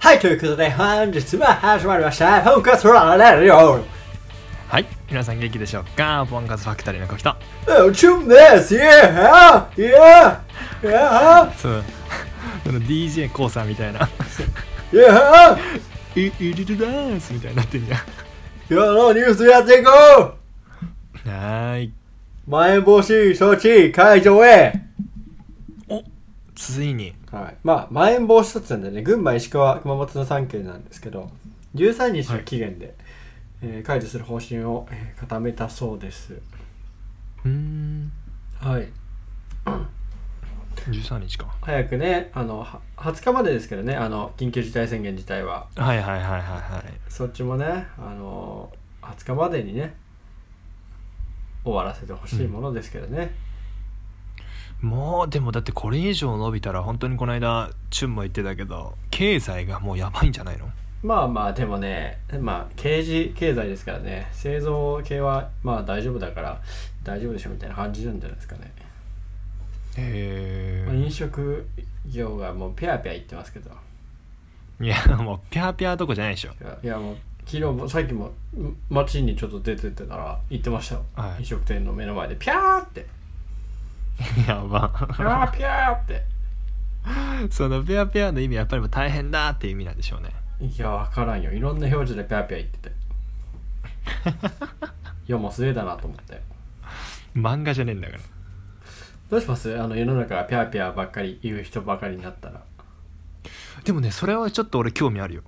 はい、ということで、本日は始まりました。ポンコツフラーレリオはい皆さん元気でしょうかポンカツファクタリーのコキとうん、チュンですイエーイエーイエーそう その DJ コウさんみたいな イイエーイウウルルダンスみたいになってんじゃ今日のニュースやっていこうんはーいまん延防止措置解除へおついにはい。まあ、まん延防止措置なんでね、群馬、石川、熊本の3県なんですけど、13日の期限で、えー解除する方針を、えー固めたそうです。うーんはい。 13日か早くね、あの、は20日までですけどね、あの、緊急事態宣言自体は。はいはいはいはいはいそっちもね、あのー、20日までにね、終わらせてほしいものですけどね。もうでもだってこれ以上伸びたら本当にこの間チュンも言ってたけど経済がもうやばいんじゃないのまあまあ、でもね、まあ、経済経済ですからね、製造系は、まあ大丈夫だから、大丈夫でしょみたいな感じなんじゃないですかね。へまあ飲え食業がもうペアペア言ってますけどいやもうピャーピャーどこじゃないでしょ いやいやもう昨日もさっきもん街にちょっと出てってたら行ってましたよ、はい飲食店の目の前でピャー ってやばピ ャーピャーってそのピャーピャーの意味はやっぱりもう大変だっていう意味なんでしょうねいや分からんよいろんな表情でピャーピャー言 ってていやもうすげえだなと思って漫画じゃねえんだからどうしますあの世の中がピャーピャーばっかり言う人ばかりになったらでもねそれはちょっと俺興味あるよ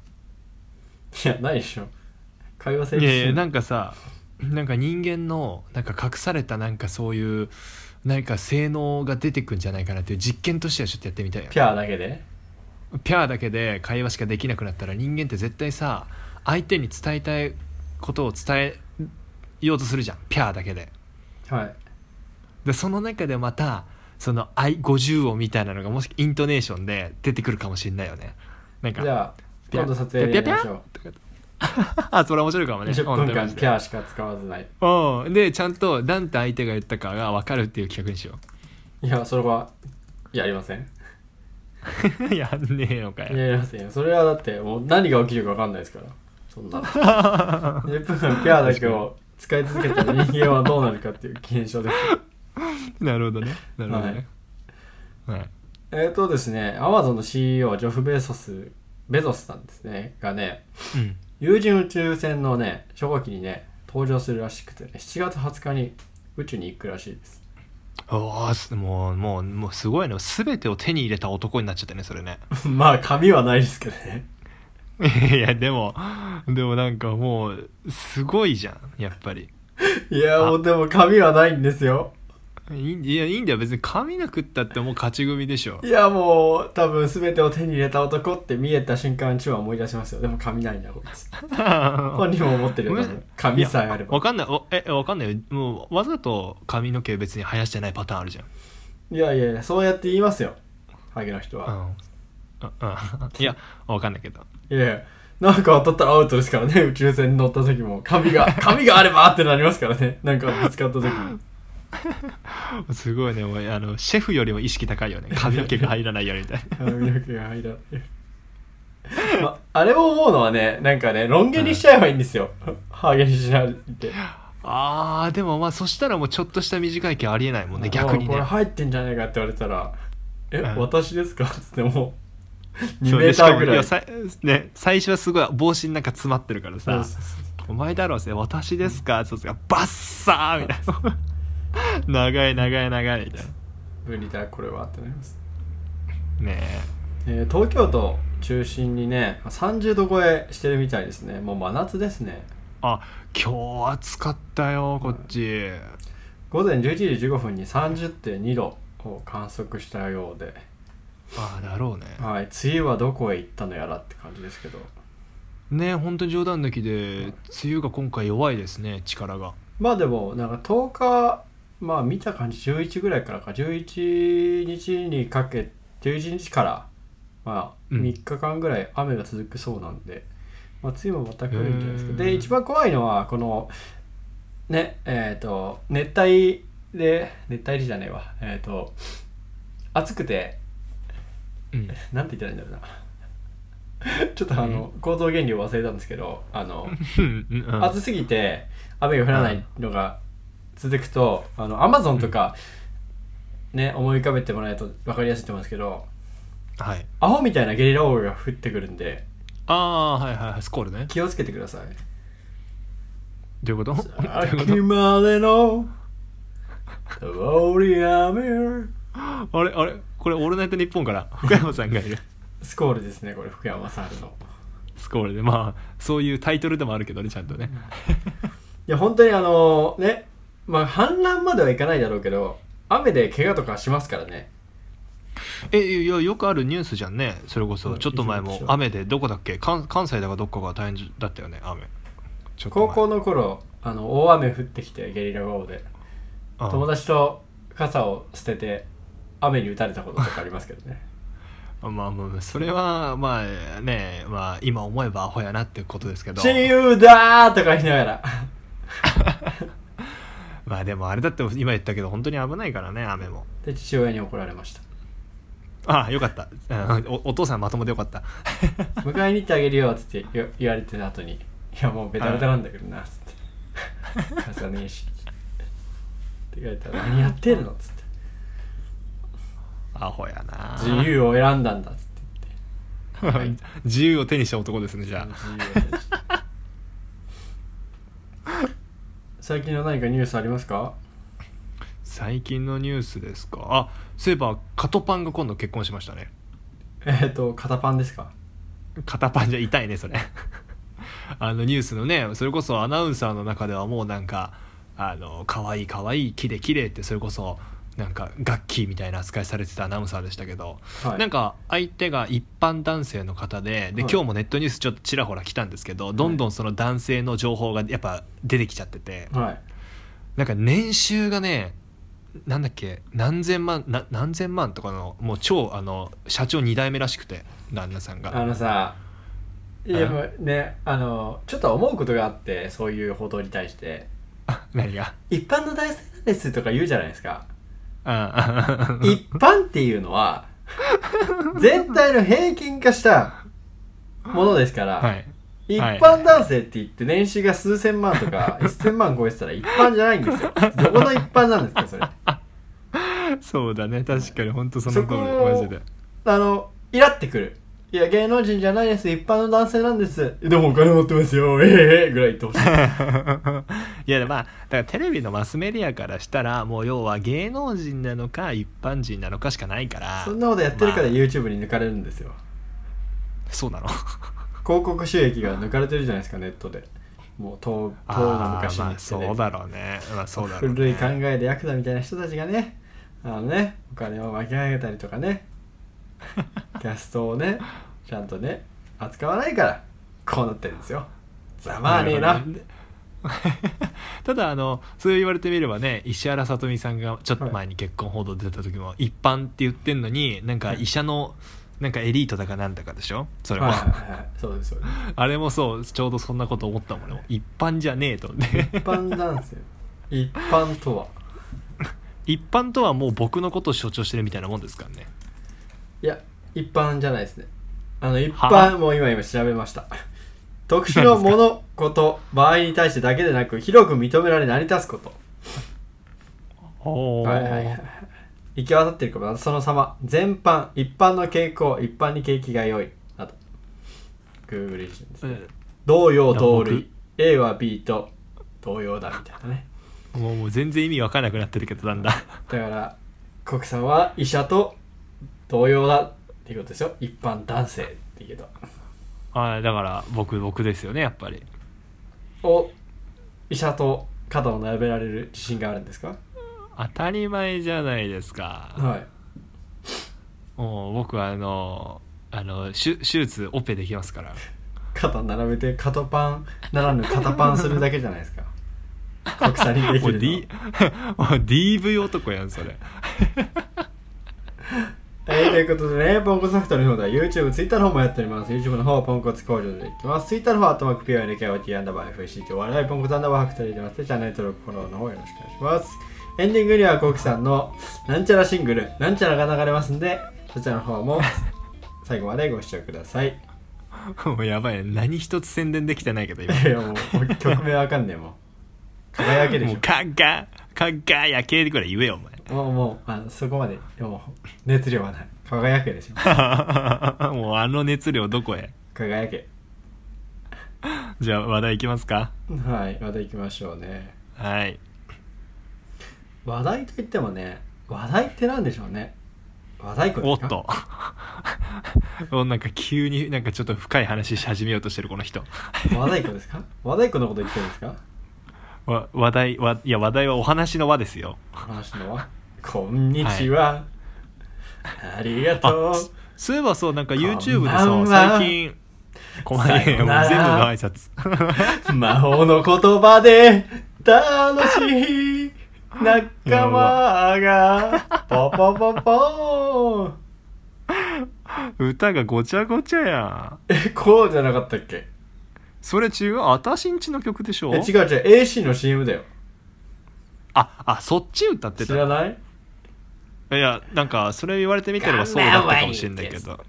いやないでしょ会話成い立やしいやなんかさなんか人間のなんか隠されたなんかそういうなんか性能が出てくんじゃないかなっていう実験としてはちょっとやってみたいよピャーだけでピャーだけで会話しかできなくなったら人間って絶対さ相手に伝えたいことを伝えようとするじゃんピャーだけではいでその中でまたその愛50音みたいなのがもしイントネーションで出てくるかもしれないよねなんかじゃあピャ今度撮影やりましょうあ それ面白いかもね20本分当にマ間ジでピャーしか使わずないうんでちゃんとなんて相手が言ったかが分かるっていう企画にしよいや、それは、やりません。う やんねえのかいや、よやりませんよ。それはだって、もう何が起きるか分かんないですから。そん な。10分間ピアだけを使い続けたら人間はどうなるかっていう現象です。なるほどねなるほどねはい、えっとですね、Amazon の CEO、ジョフ・ベゾス、ベゾスさんですね、がね、うん有人宇宙船のね、初号機にね、登場するらしくてね、7月20日に宇宙に行くらしいです。 おーすもうもうもうすごいの全てを手に入れた男になっちゃったねそれねまあ、紙はないですけどね。 いやでもでもなんかもうすごいじゃんやっぱりいや、もうでも紙はないんですよ。いいいやいいんだよ別に髪なくったってもう勝ち組でし ょいやもう多分全てを手に入れた男って見えた瞬間チュンは思い出しますよでも髪ないなこいつ本人も思ってるよ多分髪さえあればわかんないおえわかんないよもうわざと髪の毛別に生やしてないパターンあるじゃんいやいやいやそうやって言いますよハゲの人うは、んあ うん、いやわかんないけどいやいやなんか当たったらアウトですからね 宇宙船に乗った時も髪 が髪があればってなりますからねなんかぶつかった時に すごいねもうあのシェフよりも意識高い よね髪の毛が入らないようにみたいな髪の毛が入らないまあれを思うのはねなんかねロン毛にしちゃえばいいんですよ、ハゲにしないで あーでもまあそしたらもうちょっとした短い毛ありえないもんね逆にこれね入ってんじゃねえかって言われたら「え、うん私ですか?」っつってもう2そうメでーしタかーもぐいらいやさね最初はすごい帽子になんか詰まってるからそうさそうそう「お前だろうせ私ですか?」そうすがバッサーみたいな 長い長い長いみたいな分離帯これはってなります、ねええー東京都中心にね30度超えしてるみたいですねもう真夏ですねあ今日暑かったよこっち午前11時15分に30.2度を観測したようで、ああだろうねはい、梅雨はどこへ行ったのやらって感じですけどね本当に冗談抜きで梅雨が今回弱いですね力がまあでもなんか10日まあ見た感じ11ぐらいからか11日にかけ11日からまあうん3日間ぐらい雨が続くそうなんで、まあ梅雨もまた来るんじゃないですかへーで一番怖いのはこのねえっ、と熱帯で熱帯でじゃねえわえっ、と暑くてうん なんて言ったらいいんだろうな ちょっとあの、構造原理を忘れたんですけどあのうんうん暑すぎて雨が降らないのが続くと、あのアマゾンとか、ね思い浮かべてもらえると分かりやすいと思うんですけどはいアホみたいなゲリラ豪雨が降ってくるんでああはいはいはいスコールね気をつけてくださいどういうこと どういうこと秋までの通り雨あれあれこれ「オールナイトニッポ ン」から福山さんがいるスコールですねこれ福山さんのスコールでまあそういうタイトルでもあるけどねちゃんとねいや本当にあのねまあ氾濫まではいかないだろうけど雨で怪我とかしますからねえいやよくあるニュースじゃんねそれこうそんちょっと前も雨でどこだっけ関関西だかどっかが大変だったよね雨ちょっと前高校の頃あの大雨降ってきてゲリラ豪雨であ友達と傘を捨てて雨に打たれたこととかありますけどねまあまあそれはまあねまあ今思えばアホやなってことですけ「ど親友だ!」とか言いながら まあでもあれだって今言ったけど本当に危ないからね雨もで父親に怒られましたああよかったうんおお父さんまともでよかった 「迎えに行ってあげるよ」っつって言言われてた後に「いやもうベタベタなんだけどな」っつって「傘ねえし」って言われたら「何やってるの?」っつってアホや「な自由を選んだんだ」っつってはい 自由を手にした男ですねじゃあ自由を選んだ 最近の何かニュースありますか最近のニュースですかあそういえばカトパンが今度結婚しましたねえっ、と肩パンですか肩パンじゃ痛いねそれ あのニュースのねそれこそアナウンサーの中ではもうなんかあの可愛い可愛い綺麗綺麗ってそれこそなんかガッキーみたいな扱いされてたアナウンサーでしたけど、はいなんか相手が一般男性の方でで、はい今日もネットニュースちょっとちらほら来たんですけどどんどんその男性の情報がやっぱ出てきちゃってて、はいなんか年収がねなんだっけ何千万な何千万とかのもう超あの社長2代目らしくて旦那さんがあのさいやうんもうねあのちょっと思うことがあってそういう報道に対してあ何が一般の大生なんですとか言うじゃないですかああ一般っていうの は全体の平均化したものですから、はい一はい般男性って言って年収が数千万と か一千万超えてたら一般じゃないんですよどこの一般なんですかそれあそうだね確かに本当そのそ通こりをマジでのイラってくるいや芸能人じゃないです一般の男性なんですでもお金持ってますよええええぐらい言 ってほしいいやまあだからテレビのマスメディアからしたらもう要は芸能人なのか一般人なのかしかないからそんなことやってるからま YouTube に抜かれるんですよあそ うなの広告収益が抜かれてるじゃないですかネットでもう遠遠のあ昔ーに行まあってね、そうだろうねまあそうだろうね 古い考えでヤクザみたいな人たちがねあのねお金を巻き上げたりとか ねキャストをねちゃんとね扱わないからこうなってるんですよざまあねえなるほどねただあのそう言われてみればね石原さとみさんがちょっと前に結婚報道出た時も一般って言ってんのになんか医者のなんかエリートだかなんだかでしょそれも、はいはいはいそうですそうです あれもそうちょうどそんなこと思ったもん俺も一般じゃねえと一般なんですよ一般とは 一般とはもう僕のことを象徴してるみたいなもんですからねいや一般じゃないですねあの一は般もう今今調べました特殊のものこと場合に対してだけでなく広く認められ成り立つことおーはいはいはい行き渡っているかその様全般一般の傾向一般に景気が良いなど Google 自身ですえ同様同いや類 A は B と同様だみたいなねもうもう全然意味わかんなくなってるけどだんだん だから国産は医者と同様だっていうことですよ一般男性っていうけどあーだから僕僕ですよねやっぱりを医者と肩を並べられる自信があるんですか当たり前じゃないですかはいもう僕はあのあの手手術オペできますから肩並べて肩パンならぬ肩パンするだけじゃないです か国産にできもうるのは D もう DV 男やんそれはい、ということでね、ポンコツファクトリーの方では YouTube、Twitter の方もやっております。YouTube の方はポンコツ工場でいきます。Twitter の方は、トマーク PONKOT アンダーバー FAC と笑いポンコツアンダーバーファクトリーでますので、チャンネル登録、フォローの方よろしくお願いします。エンディングには、コウキさんのなんちゃらシングル、なんちゃらが流れますんで、そちらの方も最後までご視聴ください。もうやばいね何一つ宣伝できてないけど今いやもう曲名わかんねえもん輝けでもしうカッカカッカやけでくらい言えよお前ょもうもうあそこまでもう熱量はない輝けでしょ もうあの熱量どこへ輝けじゃあ話題いきますかはい話題いきましょうねはい話題といってもね話題ってなんでしょうね話題句おでっすかとおなんか急になんかちょっと深い話し始めようとしてるこの人和太鼓ですか和太鼓のこと言ってるんですかわ話題はいや話題はお話の輪ですよ話のはこんにちは、ありがとうあそういえばそうなんかこ YouTube んでばんはさ最近こんばんはさよもう全部のなら挨 拶魔法の言葉で楽し い仲間がポポポポ歌がごちゃごちゃやんえこうじゃなかったっけそれ違う私んちの曲でしょえ違う違う AC の CM だよああそっち歌って知たらないいやなんかそれ言われてみてればそうだったかもしれないけど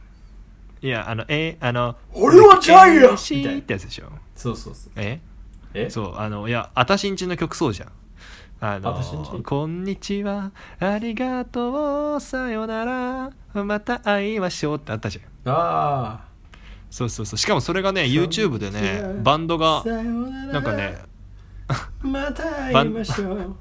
いやあのえあの俺はジャイアンシーってやつでしょそうそうそうええそうあのいやあたしんちの曲そうじゃんあの私んちこんにちはありがとうさよならまた会いましょうってあったじゃんあそうそうそうしかもそれがねあ YouTube でねバンドがなんかねまた会いましょう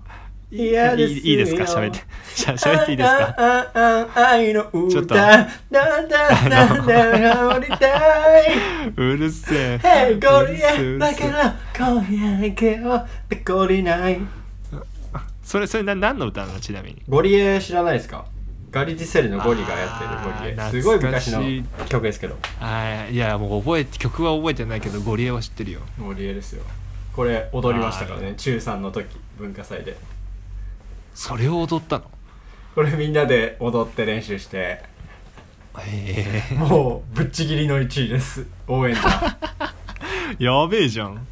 い嫌ですいよいいですか喋って しゃ喋っていいですかあああ愛の歌ちょっとだだだだだ降りたいうるせえ Hey ゴリうるせえうラるだせかえら今夜だけはでこりないそれそれな何の歌なのちなみにゴリエ知らないですかガリディセルのゴリがやってるゴあリーエすごい懐か昔しのい曲ですけどあーいやもう覚えて曲は覚えてないけどゴリエは知ってるよゴリエですよこれ踊りましたからね中3の時文化祭でそれを踊ったのこれみんなで踊って練習してへもうぶっちぎりの1位です応援団えやべえじゃん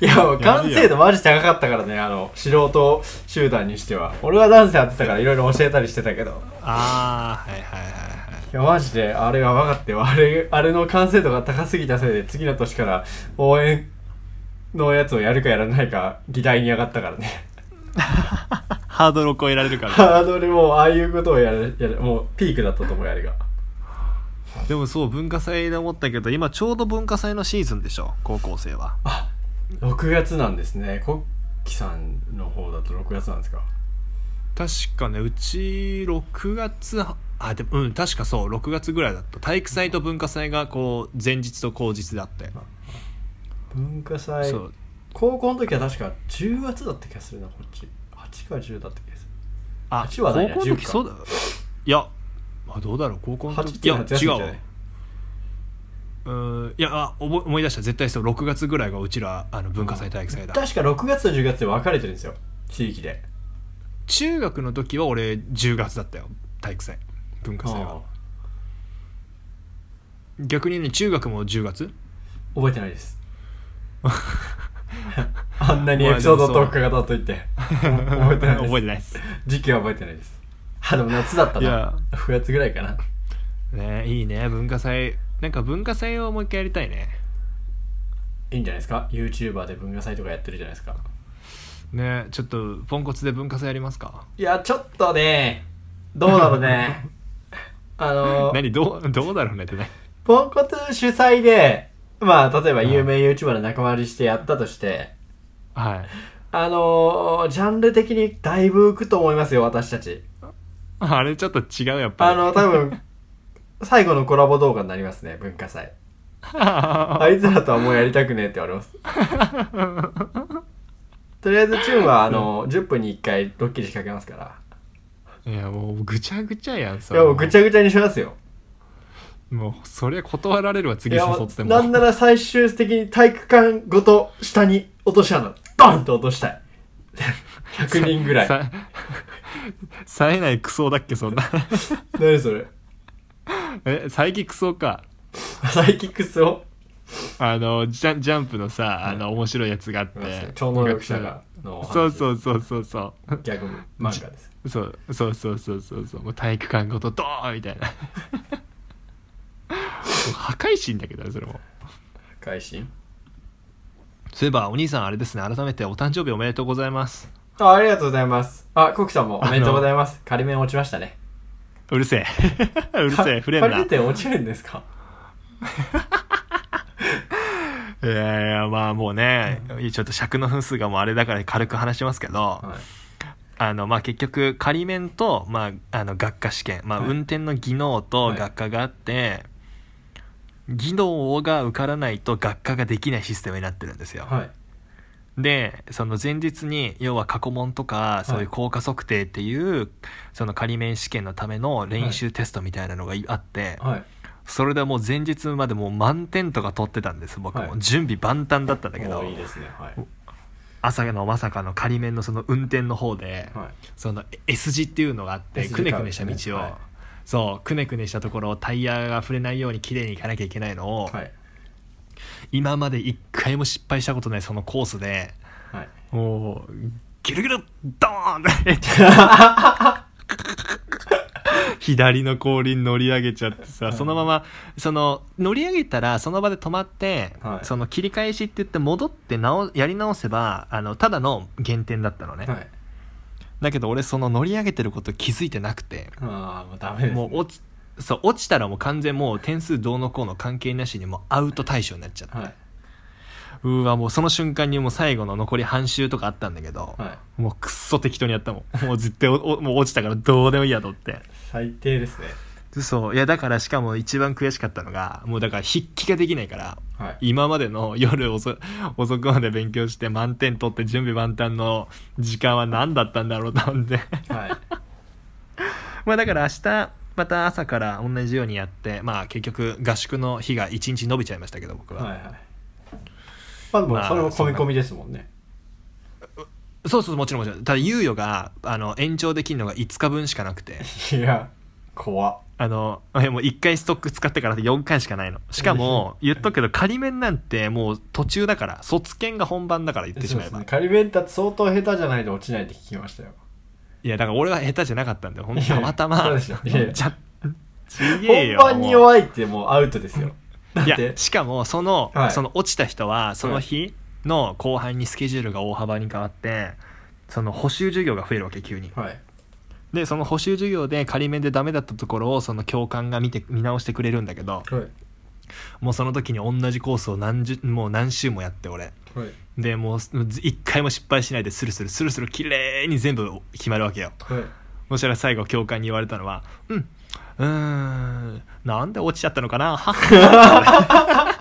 いや、もう完成度マジ高かったからね、あの、素人集団にしては。俺はダンスやってたからいろいろ教えたりしてたけど。ああはいはいはいはいいや、マジで、あれが分かってよあれ、あれの完成度が高すぎたせいで、次の年から応援のやつをやるかやらないか、議題に上がったからね。 ハードルを超えられるからハードルも、ああいうことをやる、やる、もうピークだったと思うよ、あれが。 でもそう文化祭で思ったけど今ちょうど文化祭のシーズンでしょ高校生はあ、6月なんですね。コッキさんの方だと6月なんですか。確かねうち6月はあでもうん確かそう6月ぐらいだった体育祭と文化祭がこう前日と後日だって、文化祭。そう高校の時は確か10月だった気がするなこっち8か10だった気がするあ8高は校ないのな10時かそうだいや、まあ、どうだろう高校の8っ時ていいうやのは違じゃうないわ違ううーんいやあ思い思い出した絶対そう6月ぐらいがうちらあの文化祭体育祭だ確か6月と10月で分かれてるんですよ地域で中学の時は俺10月だったよ体育祭文化祭は逆にね中学も10月覚えてないです あんなにエピソードトークが立っといて 覚えてないです覚えてないです時期は覚えてないですあでも夏だったいなや9月ぐらいかなねいいね文化祭なんか文化祭をもう一回やりたいねいいんじゃないですか YouTuber で文化祭とかやってるじゃないですかねちょっとポンコツで文化祭やりますかいやちょっとねどうだろう ねあの何どうどうだろうねってねポンコツ主催で、まあ、例えば有名 YouTuber の仲間割りしてやったとして、はい あのージャンル的にだいぶ浮くと思いますよ、私たち。あれちょっと違うやっぱありの、多分、最後のコラボ動画になりますね、文化祭。あいつらとはもうやりたくねえって言われます。とりあえず、チュンは、あの、10分に1回ドッキリ仕掛けますから。 いやもうぐちゃぐちゃやんそいや、もうぐちゃゃぐちゃにしますよ。もうそれ断られるわい次誘や、もってうもなんなら最終的に体育館ごと下に落とし穴、ドンと落とした い。100人ぐらい。さ冴えないクソだっけそんな 何それえ最近クソかサイキックスをあのジャンジャンプのさあの面白いやつがあって超能力者がのそううそうそうそうそうギャグ漫画ですそうそうそうそうそうそうもう体育 館ごとドーンみたいなもう破壊神だけどねそれも開始そういえばお兄さんあれですね改めてお誕生日おめでとうございますあありがとうございますあコキさんもおめでとうございます仮面落ちましたねうるせえ うるせえ触れ仮んな面って落ちるんですかいやいやまあもうねちょっと尺の分数がもうあれだから軽く話しますけどはいあのまあ結局仮免と、まあ、あの学科試験、まあ、はい運転の技能とはい学科があって、技能が受からないと学科ができないシステムになってるんですよ、はいでその前日に要は過去問とかそういう効果測定っていう、その仮免試験のための練習テストみたいなのがいあって、はいそれでもう前日までもう満点とか取ってたんです僕も、はい準備万端だったんだけもどういいですねはい朝のまさかの仮免のその運転の方で、はいその S 字っていうのがあって S 字くねくねした道を、カーブねはいそうくねくねしたところをタイヤが触れないようにきれいに行かなきゃいけないのを、はい今まで一回も失敗したことないそのコースではいもうギュルギュルドーン って左の後輪乗り上げちゃってさ、はいそのままその乗り上げたらその場で止まって、はいその切り返しって言って戻って直やり直せばあのただの減点だったのね、はいだけど俺その乗り上げてること気づいてなくて、ああもうダメです、ね、 もう落ちそう落ちたらもう完全もう点数どうのこうの関係なしにもうアウト対象になっちゃって、はいうわもうその瞬間にもう最後の残り半周とかあったんだけど、はいもうくっそ適当にやったもんもう絶対おおもう落ちたからどうでもいいやと思って最低ですねそういやだからしかも一番悔しかったのがもうだから筆記ができないからはい今までの夜遅遅くまで勉強して満点取って準備万端の時間は何だったんだろうと思ってはいまあだから明日また朝から同じようにやってまあ結局合宿の日が1日伸びちゃいましたけど僕は、はいはいまあでもまあそれも込み込みですもんね、そうそうもちろんもちろんただ猶予があの延長できるのが5日分しかなく ていや怖っあのえもう1回ストック使ってから4回しかないのしかも言っとくけど仮免なんてもう途中だから卒検が本番だから言ってしそうまでえすば、ね仮弁って相当下手じゃないと落ちないって聞きましたよいやだから俺は下手じゃなかったんだよほんいとやたまたまそうでしょいやいやちゃちげ本えよ番にもう弱いってもうアウトですよだっいやてしかもその,、はいその落ちた人はその日の後半にスケジュールが大幅に変わってその補習授業が増えるわけ急にはいでその補習授業で仮面でダメだったところをその教官が見て見直してくれるんだけどはいもうその時に同じコースを何十もう何週もやって俺はいでもう一回も失敗しないでスルスルスルスル綺麗に全部決まるわけよはいそしたら最後教官に言われたのは「うんうーんなんで落ちちゃったの かな?はっは」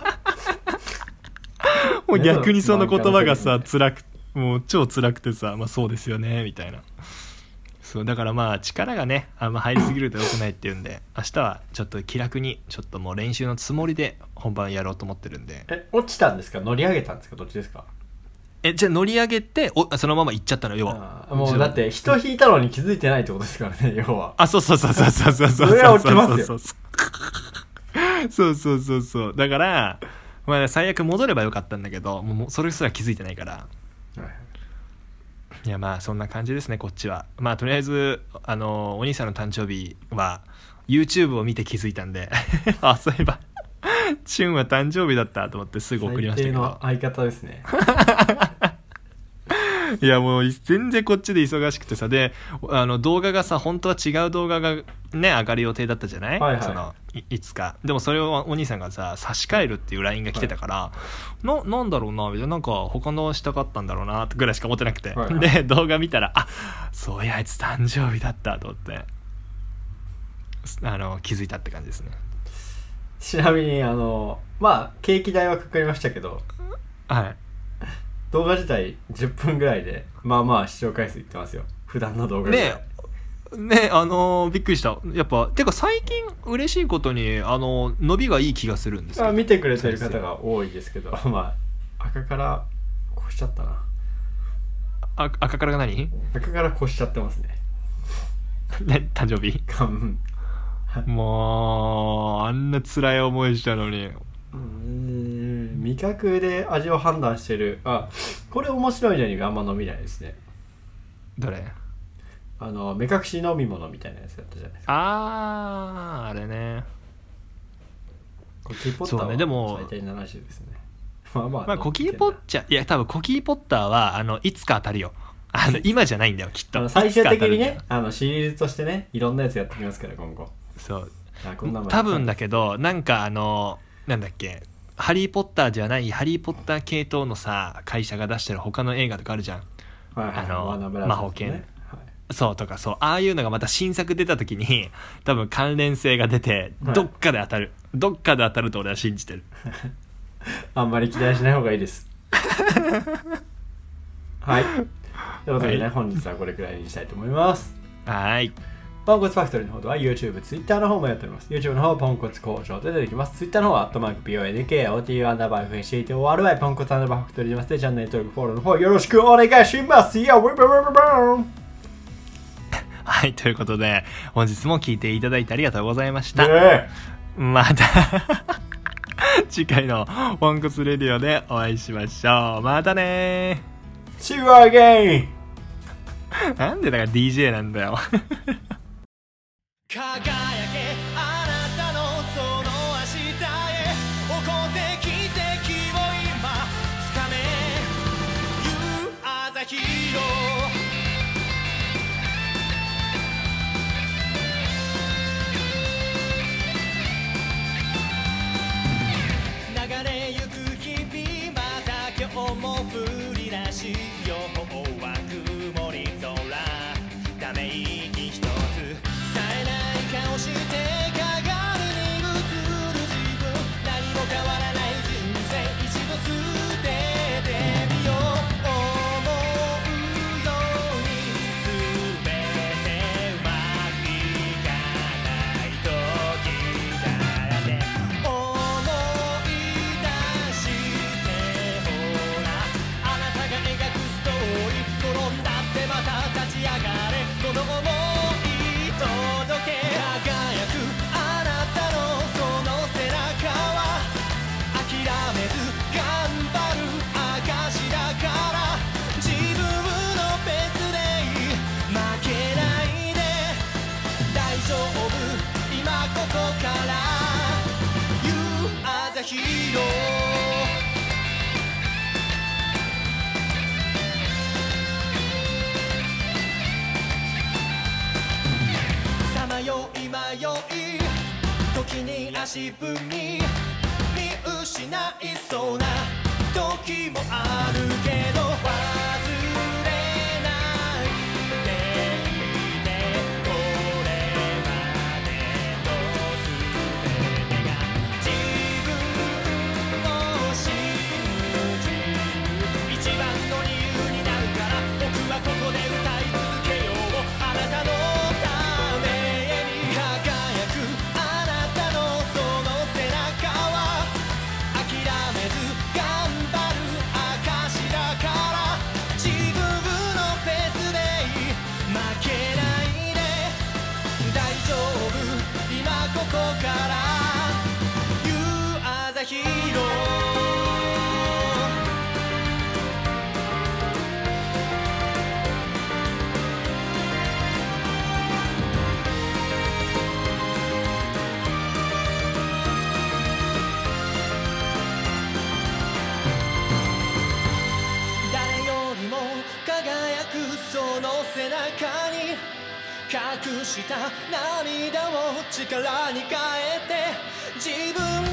もう逆にその言葉がさ辛くもう超辛くてさ「まあ、そうですよね」みたいなそうだからまあ力がねあんま入りすぎると良くないっていうんで明日はちょっと気楽にちょっともう練習のつもりで本番やろうと思ってるんでえ落ちたんですか乗り上げたんですかどっちですかえじゃあ乗り上げておそのまま行っちゃったの要はあーもうだって人引いたのに気づいてないってことですからね 要はあ、そうそうそうそうそうそうそう。それは落ちますよそうそうそうそうそう。だから、まあ最悪戻ればよかったんだけど、もうそれすら気づいてないから。いやまあそんな感じですね、こっちは。まあとりあえず、あの、お兄さんの誕生日は、YouTube を見て気づいたんで、 あ、そういえば、チュンは誕生日だったと思ってすぐ送りましたけ最低のど。相方ですね いやもう全然こっちで忙しくてさ、で、あの動画がさ、本当は違う動画がね、上がる予定だったじゃない、はいはいそのいいつか。でもそれをお兄さんがさ、差し替えるっていう LINE が来てたから、な、なんだろうな、みたいな、なんか他のしたかったんだろうな、ぐらいしか思ってなくて。はいはいで、動画見たら、あそういや、あいつ誕生日だったと思って、あの、気づいたって感じですね。ちなみにあのまあケーキ代はかかりましたけどはい。動画自体10分ぐらいでまあまあ視聴回数いってますよ普段の動画ぐらいねえねえあのーびっくりしたやっぱてか最近嬉しいことにあのー伸びがいい気がするんですけまあ、ど見てくれてる方が多いですけどまあ赤から越しちゃったなあ赤からが何 赤から越しちゃってますねね誕生日かんもうあんな辛い思いしたのにうん味覚で味を判断してるあこれ面白いのにあんま飲みないですねどれあの目隠し飲み物みたいなやつだったじゃないですかあーあれねこれティーポッターそうねでもは最大70ですね まあまあ。まあコキーポッチャいや多分コキーポッターはあのいつか当たるよあの今じゃないんだよきっあとの最終的にいつねか、あのシリーズとしてね、いろんなやつやってきますから、今後。当たるんだあよこんなそもうん多分だけどなんかあのなんだっけ「ハリー・ポッター」じゃない「ハリー・ポッター」系統のさ会社が出してる他の映画とかあるじゃんはいはいあのワーナーブラザーズ魔ね法そうとかそうああいうのがまた新作出た時に 多分関連性が出てはいどっかで当たる、どっかで当たると俺は信じてるはいあんまり期待しない方がいい です。はい。ということでね、はい本日はこれくらいにしたいと思います。はーいポンコツファクトリーの方では YouTube、Twitter の方もやっております。YouTube の方はポンコツ工場で出てきます。Twitter の方は、アットマーク BONK、OTU アンダーバー FACTORY、ポンコツアンダーバーファクトリーでますで、チャンネル登録、フォローの方よろしくお願いします。いや、ウィブブブブンはいということで本日も聞いていただいてありがとうございました、ねえまた 次回の「ポンコツレディオ」でお会いしましょうまたね See you again! ーなんでだから DJ なんだよ輝けあなたのその明日へ起こせ奇跡を今掴め You are the hero 流れゆく日々また今日も降り出し予報は曇り空ため息一つ冴えない顔して鏡に映る自分何も変わらない人生一度捨ててみよう思うように全てうまくいかない時だって思い出してほらあなたが描くストーリー転んだってまた立ち上がれこの想い届け輝くあなたのその背中は諦めず頑張る証だから自分のペースでいい負けないで大丈夫今ここから You are the hero さまよい迷い時に足踏み見失いそうな時もあるけど忘れないでいてこれまでの全てが自分を信じる一番の理由になるから僕はここで歌い続けようあなたのために輝くあなたのその背中は諦めず頑張る証だから自分のペースでいい負けないで大丈夫今ここから You are the hero 誰よりも輝くその背中に隠した涙を力に変えて自分